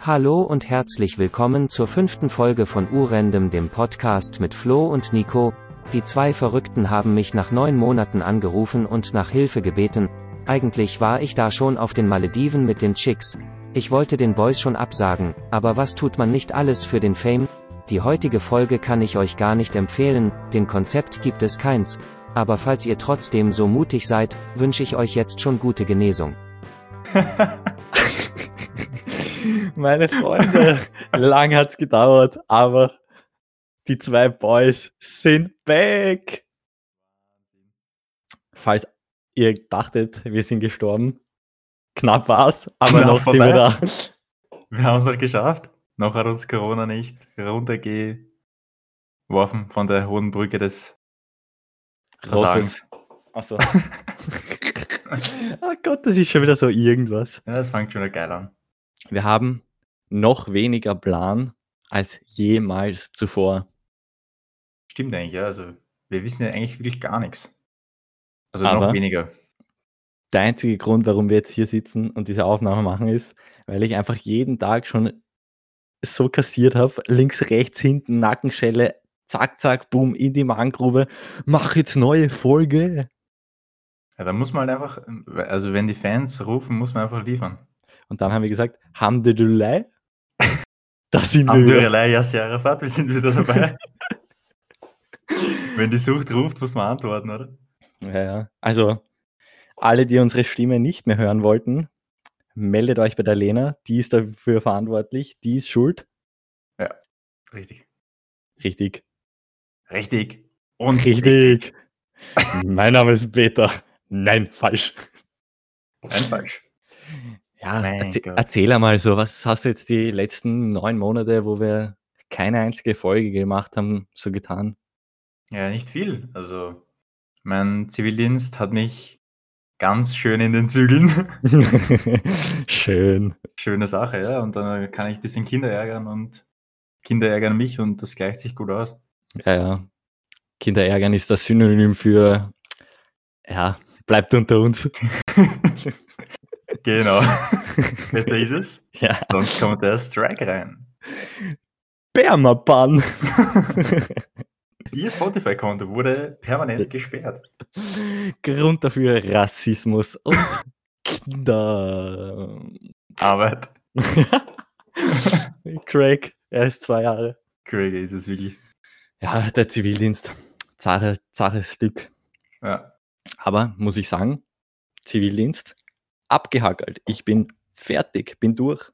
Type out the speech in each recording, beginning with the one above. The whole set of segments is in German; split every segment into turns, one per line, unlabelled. Hallo und herzlich willkommen zur fünften Folge von Urandom, dem Podcast mit Flo und Nico. Die zwei Verrückten haben mich nach neun Monaten angerufen und nach Hilfe gebeten. Eigentlich war ich da schon auf den Malediven mit den Chicks. Ich wollte den Boys schon absagen, aber was tut man nicht alles für den Fame? Die heutige Folge kann ich euch gar nicht empfehlen, den Konzept gibt es keins. Aber falls ihr trotzdem so mutig seid, wünsche ich euch jetzt schon gute Genesung.
Meine Freunde, lang hat's gedauert, aber die zwei Boys sind back. Falls ihr dachtet, wir sind gestorben, knapp war's, aber
Na,
noch sind wir da.
Wir haben es noch geschafft. Noch hat uns Corona nicht runtergeworfen von der hohen Brücke des
Rosses.
Versagens.
Achso. oh Gott, das ist schon wieder so irgendwas.
Ja, das fängt schon wieder geil an.
Wir haben noch weniger Plan als jemals zuvor.
Stimmt eigentlich, ja. Also, wir wissen ja eigentlich wirklich gar nichts. Also
Aber-
noch weniger.
der einzige Grund, warum wir jetzt hier sitzen und diese Aufnahme machen, ist, weil ich einfach jeden Tag schon so kassiert habe, links, rechts, hinten, Nackenschelle, zack, zack, boom, in die Magengrube, mach jetzt neue Folge.
Ja, da muss man halt einfach, also wenn die Fans rufen, muss man einfach liefern.
Und dann haben wir gesagt, Hamdulillah, da sind wir wieder.
Abdurrelei Yasser Arafat, wir sind wieder dabei. wenn die Sucht ruft, muss man antworten, oder?
Ja, ja. Also, alle, die unsere Stimme nicht mehr hören wollten, meldet euch bei der Lena, die ist dafür verantwortlich, die ist schuld.
Richtig.
Richtig.
Richtig. Und
Richtig. mein Name ist Peter. Nein, falsch.
Nein, falsch.
Ja,
Mein
erzäh
Gott.
erzähl einmal so, was hast du jetzt die letzten neun Monate, wo wir keine einzige Folge gemacht haben, so getan?
Ja, nicht viel. Also, mein Zivildienst hat mich ganz schön in den Zügeln.
Schön.
Schöne Sache, ja. Und dann äh, kann ich ein bisschen Kinder ärgern und Kinder ärgern mich und das gleicht sich gut aus.
Ja, ja. Kinder ärgern ist das Synonym für, ja, bleibt unter uns.
Genau. Besser ist es.
ja,
Sonst kommt der Strike rein.
Permaban.
Ihr Spotify-Konto wurde permanent gesperrt.
Grund dafür Rassismus und Kinder.
Arbeit.
Craig, er ist zwei Jahre.
Crazy ist es wirklich.
Ja, der Zivildienst, zarte, zartes Stück.
Ja.
Aber muss ich sagen, Zivildienst abgehackelt. Ich bin fertig, bin durch.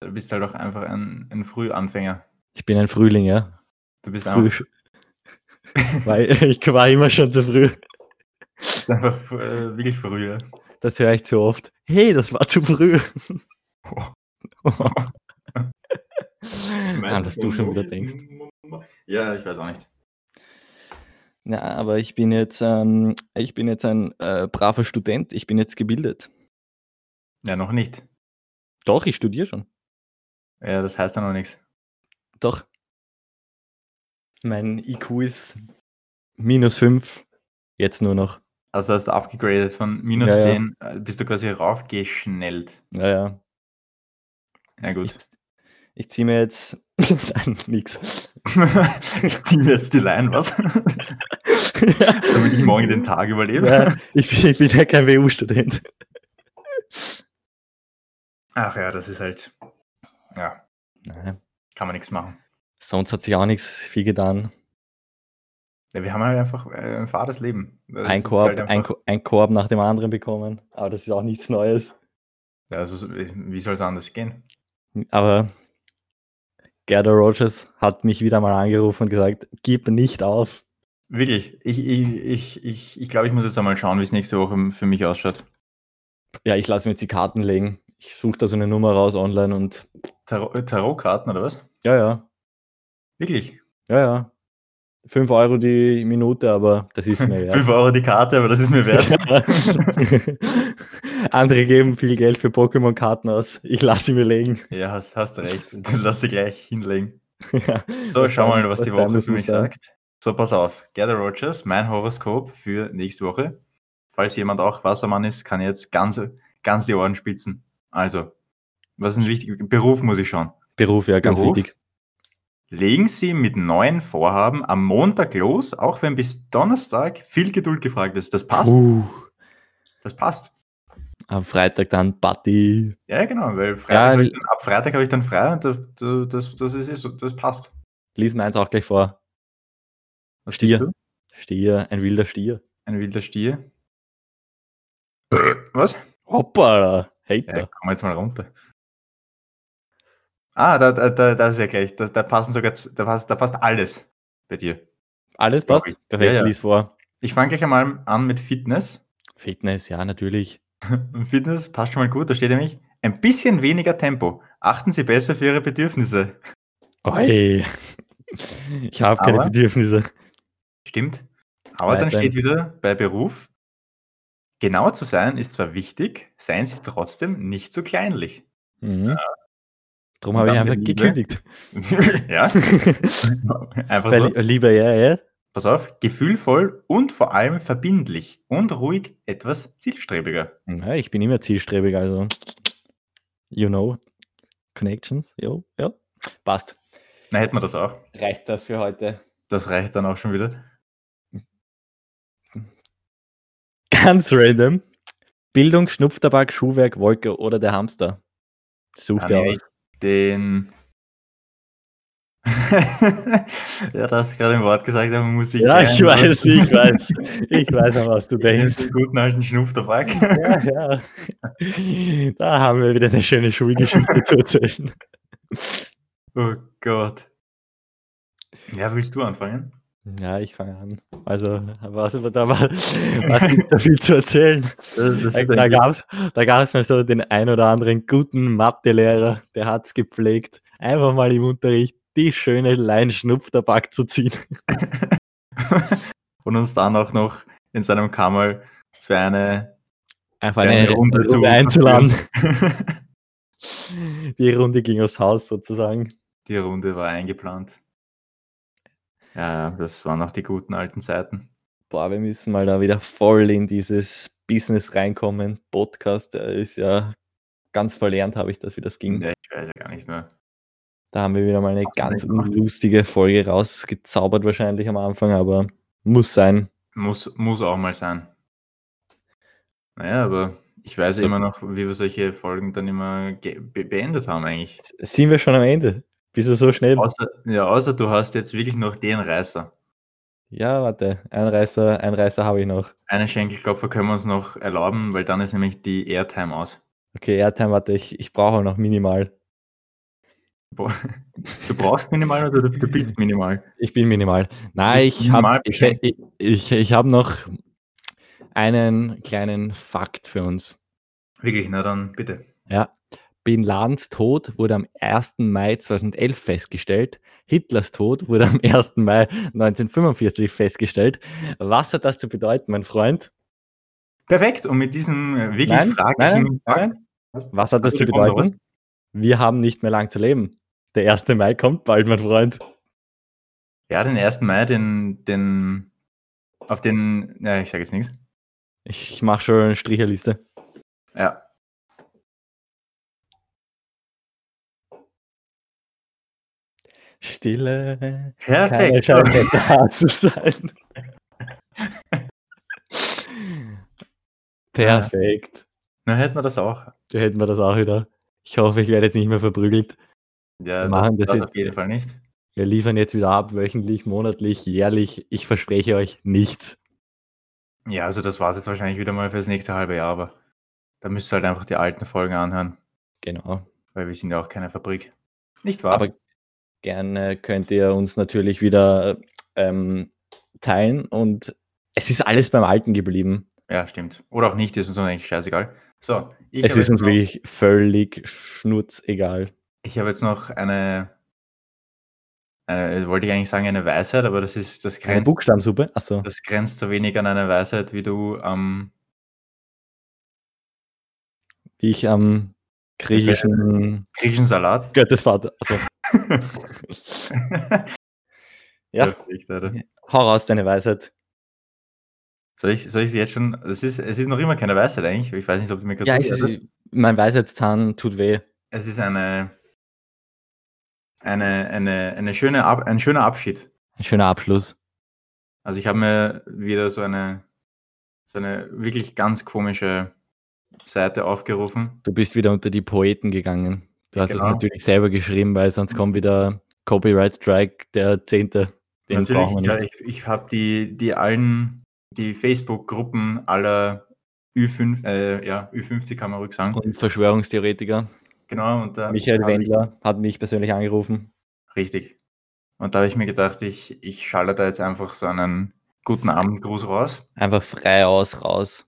Du bist halt auch einfach ein, ein Frühanfänger.
Ich bin ein Frühling, ja.
Du bist
Früh,
einfach,
weil ich war immer schon zu früh.
bist einfach äh, wirklich früher.
Das höre ich zu oft. Hey, das war zu früh. An das Ah, du schon wieder denkst.
Ja, ich weiß auch nicht.
Na, aber ich bin jetzt, ähm, ich bin jetzt ein äh, braver Student. Ich bin jetzt gebildet.
Ja, noch nicht.
Doch, ich studiere schon.
Ja, das heißt ja noch nichts.
Doch. Mein IQ ist minus 5. Jetzt nur noch.
Also hast du abgegradet von minus
Ja, ja.
10, äh, bist du quasi raufgeschnellt.
Naja,
Ja,
Ich,
gut.
ich ziehe mir jetzt Nein, nix.
ich ziehe mir jetzt die Line, was? Damit ich morgen den Tag überlebe.
ja, ich, bin, ich bin ja kein WU-Student.
Ach ja, das ist halt. Ja,
Nein,
kann man nichts machen.
Sonst hat sich auch nichts viel getan.
Ja, wir haben halt einfach äh, ein fades Leben. Das
Ein
ist
Korb,
halt
ein,
einfach-
Ko- ein Korb nach dem anderen bekommen. Aber das ist auch nichts Neues.
Ja, also, so- wie soll es anders gehen?
Aber Gerda Rogers hat mich wieder mal angerufen und gesagt, gib nicht auf.
Wirklich, ich, ich, ich, ich, ich glaube, ich muss jetzt einmal schauen, wie es nächste Woche für mich ausschaut.
Ja, ich lasse mir jetzt die Karten legen. Ich suche da so eine Nummer raus online und
Tarot- äh, Tarotkarten oder was?
ja, ja,
Wirklich?
ja, ja. 5 Euro die Minute, aber das ist mir wert.
5 Euro die Karte, aber das ist mir wert.
Andere geben viel Geld für Pokémon-Karten aus. Ich lasse sie mir legen.
ja, hast, hast recht. Dann lass sie gleich hinlegen.
Ja,
So,
das
schau
sein-
mal, was die
das sein
Woche
muss,
für
muss
mich
sein.
sagt. So, pass auf. Gerda Rogers, mein Horoskop für nächste Woche. Falls jemand auch Wassermann ist, kann jetzt ganz, ganz die Ohren spitzen. Also, was ist ein wichtiger Beruf muss ich schauen.
Beruf, ja, ganz
Beruf?
wichtig.
Legen Sie mit neuen Vorhaben am Montag los, auch wenn bis Donnerstag viel Geduld gefragt ist. Das passt.
Puh,
Das passt.
am Freitag dann Party.
Ja, genau,
Ja,
weil Freitag hab ich
l-
dann, ab Freitag habe ich dann frei und das, das, das, ist, es, das passt.
Lies meins auch gleich vor.
Was
Stier.
bist du?
Stier, ein wilder Stier.
Ein wilder Stier. Was?
Hoppala, Hater.
Ja, komm jetzt mal runter. Ah, da, da, da, das ist ja gleich. Da, da passen sogar, z- da passt, da passt alles bei dir.
Alles
Glaub
passt?
ich.
Perfekt,
Ja, ja.
lies vor.
Ich fange gleich einmal an mit Fitness.
Fitness, ja, natürlich.
Und Fitness passt schon mal gut. Da steht nämlich ein bisschen weniger Tempo. Achten Sie besser für Ihre Bedürfnisse.
Oi. Ich habe keine
Aber-
Bedürfnisse.
Stimmt. Aber dann
Weiter.
steht wieder bei Beruf. Genau zu sein ist zwar wichtig, seien Sie trotzdem nicht zu kleinlich.
Mhm. Drum
Und
habe ich
dann
einfach
der Liebe.
gekündigt.
ja, einfach
Weil,
so.
lieber, ja, ja.
pass auf, gefühlvoll und vor allem verbindlich und ruhig etwas zielstrebiger.
ja. Ich bin immer zielstrebig, also. You know. Connections, jo, ja. Passt.
Na, hätten wir das auch.
Reicht das für heute?
Das reicht dann auch schon wieder.
Ganz random. Bildung, Schnupftabak, Schuhwerk, Wolke oder der Hamster. Such
Dann
dir
nehme
aus.
ich den. ja, das gerade im Wort gesagt, aber muss ich.
Ja,
gleich
ich weiß,
nutzen.
ich weiß. Ich weiß, an was du denkst.
Den guten alten Schnupftabak.
Ja, ja. Da haben wir wieder eine schöne Schulgeschichte zu erzählen.
Oh Gott. Ja, willst du anfangen?
Ja, ich fange an. Also, was, da war, was gibt da viel zu erzählen?
Das
Da, da gab es da gab's mal so den ein oder anderen guten Mathelehrer, der hat es gepflegt, einfach mal im Unterricht die schöne Leinschnupftabak zu ziehen.
Und uns dann auch noch in seinem Kammerl für eine.
Einfach
Ja,
eine
eine Runde
Runde
zu-
einzuladen. Die Runde ging aufs Haus sozusagen.
Die Runde war eingeplant. Ja, das waren noch die guten alten Zeiten.
Boah, wir müssen mal da wieder voll in dieses Business reinkommen. Podcast der ist ja ganz verlernt, habe ich das, wie das ging.
Ja, ich weiß ja gar nicht mehr.
Da haben wir wieder mal eine
Hast du
ganz
nicht Mhm. gemacht?
lustige Folge rausgezaubert, wahrscheinlich am Anfang, aber muss sein.
Muss, muss auch mal sein. Naja, aber ich weiß
So.
ja immer noch, wie wir solche Folgen dann immer ge- be beendet haben eigentlich.
S- Sind wir schon am Ende? Bist du so schnell?
Außer, ja, außer du hast jetzt wirklich noch den Reißer.
Ja, warte. Einreißer, Einreißer habe ich noch.
Einen Schenkelklopfer können wir uns noch erlauben, weil dann ist nämlich die Airtime aus.
Okay, Airtime, warte, ich, ich brauche noch minimal.
Bo- Du brauchst minimal oder du, du bist minimal?
Ich bin minimal. Nein,
Bist
ich habe
minimal
ich,
beschenkt?
ich, ich, ich hab noch einen kleinen Fakt für uns.
Wirklich, na dann bitte.
Ja. Bin Ladens Tod wurde am 1. Mai 2011 festgestellt. Hitlers Tod wurde am 1. Mai 1945 festgestellt. Was hat das zu bedeuten, mein Freund?
Perfekt, und mit diesem äh, wirklich
Nein,
fraglichen
nein,
Fakt,
Was hat das zu
Also, da kommt noch
bedeuten? Wir haben nicht mehr lang zu leben. Der 1. Mai kommt bald, mein Freund.
ja, den 1. Mai, den, den, auf den, ja, ich sage jetzt nichts.
Ich mache schon eine Stricherliste.
Ja.
Stille. Keine
Perfekt.
Scheiße da zu sein. Perfekt.
Dann hätten wir das auch.
Da hätten wir das auch wieder. Ich hoffe, ich werde jetzt nicht mehr verprügelt.
Ja,
Wir machen das
das, das
jetzt-
auf jeden Fall nicht.
Wir liefern jetzt wieder ab, wöchentlich, monatlich, jährlich. Ich verspreche euch nichts.
Ja, also das war es jetzt wahrscheinlich wieder mal fürs nächste halbe Jahr, aber da müsst ihr halt einfach die alten Folgen anhören,
Genau.
weil wir sind ja auch keine Fabrik. Nicht wahr?
Aber gerne könnt ihr uns natürlich wieder ähm, teilen. Und es ist alles beim Alten geblieben.
ja, stimmt. Oder auch nicht, ist uns eigentlich scheißegal. So, ich
es
habe
ist
jetzt,
uns
noch-
wirklich völlig schnurzegal.
ich hab jetzt noch eine, eine, äh, wollte ich eigentlich sagen, eine Weisheit, aber das ist, das
Keine
grenzt,
Buchstabensuppe? Achso.
das grenzt so wenig an eine Weisheit, wie du am
Wie ich am griechischen Also,
griechischen Salat.
Göttesvater. Achso. Ja.
Perfekt, Alter.
Hau raus, deine Weisheit.
Soll ich, soll ich sie jetzt schon, es ist, es ist noch immer keine Weisheit eigentlich, ich weiß nicht, ob du mir gerade
Ja, also
zuhörst.
mein Weisheitszahn tut weh.
es ist eine, eine, eine, eine schöne Ab ein schöner Abschied.
Ein schöner Abschluss.
Also ich habe mir wieder so eine, so eine wirklich ganz komische Seite aufgerufen.
Du bist wieder unter die Poeten gegangen. Du hast es
Genau.
natürlich selber geschrieben, weil sonst kommt wieder Copyright Strike, der zehnte. Den
Natürlich,
brauchen wir
ja,
nicht.
ich, ich habe die, die allen, die Facebook-Gruppen aller Ü5, äh, ja, Ü50 kann man ruhig sagen.
Und Verschwörungstheoretiker.
genau, und da
Michael
hab ich-
Wendler hat mich persönlich angerufen.
Richtig. Und da habe ich mir gedacht, ich, ich schalte da jetzt einfach so einen guten Abendgruß raus.
Einfach frei aus, raus.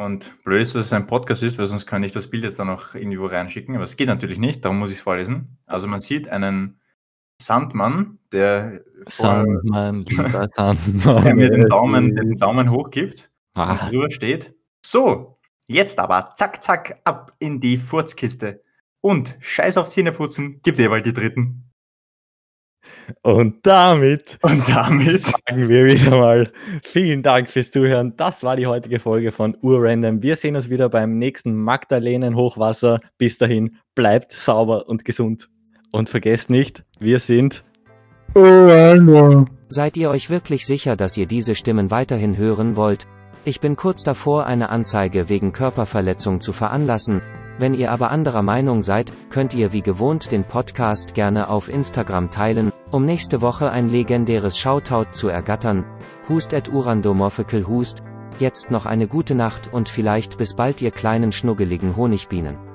Und blöd ist, dass es ein Podcast ist, weil sonst könnte ich das Bild jetzt da noch irgendwo reinschicken. Aber es geht natürlich nicht, darum muss ich es vorlesen. Also man sieht einen Sandmann, der, vor,
Sandmann, lieber
der
Sandmann.
mir den Daumen, den Daumen
Äh,
hochgibt und
Ah,
drüber steht. So, jetzt aber zack, zack, ab in die Furzkiste. Und scheiß auf Zähneputzen, gibt jeweils die dritten.
Und damit
Und damit.
sagen wir wieder mal vielen Dank fürs Zuhören. Das war die heutige Folge von Urrandom. Wir sehen uns wieder beim nächsten Magdalenen-Hochwasser. Bis dahin, bleibt sauber und gesund. Und vergesst nicht, wir sind
Seid ihr euch wirklich sicher, dass ihr diese Stimmen weiterhin hören wollt? Ich bin kurz davor, eine Anzeige wegen Körperverletzung zu veranlassen. Wenn ihr aber anderer Meinung seid, könnt ihr wie gewohnt den Podcast gerne auf Instagram teilen, um nächste Woche ein legendäres Shoutout zu ergattern. Hust et urandomorphical Hust. Jetzt noch eine gute Nacht und vielleicht bis bald ihr kleinen schnuggeligen Honigbienen.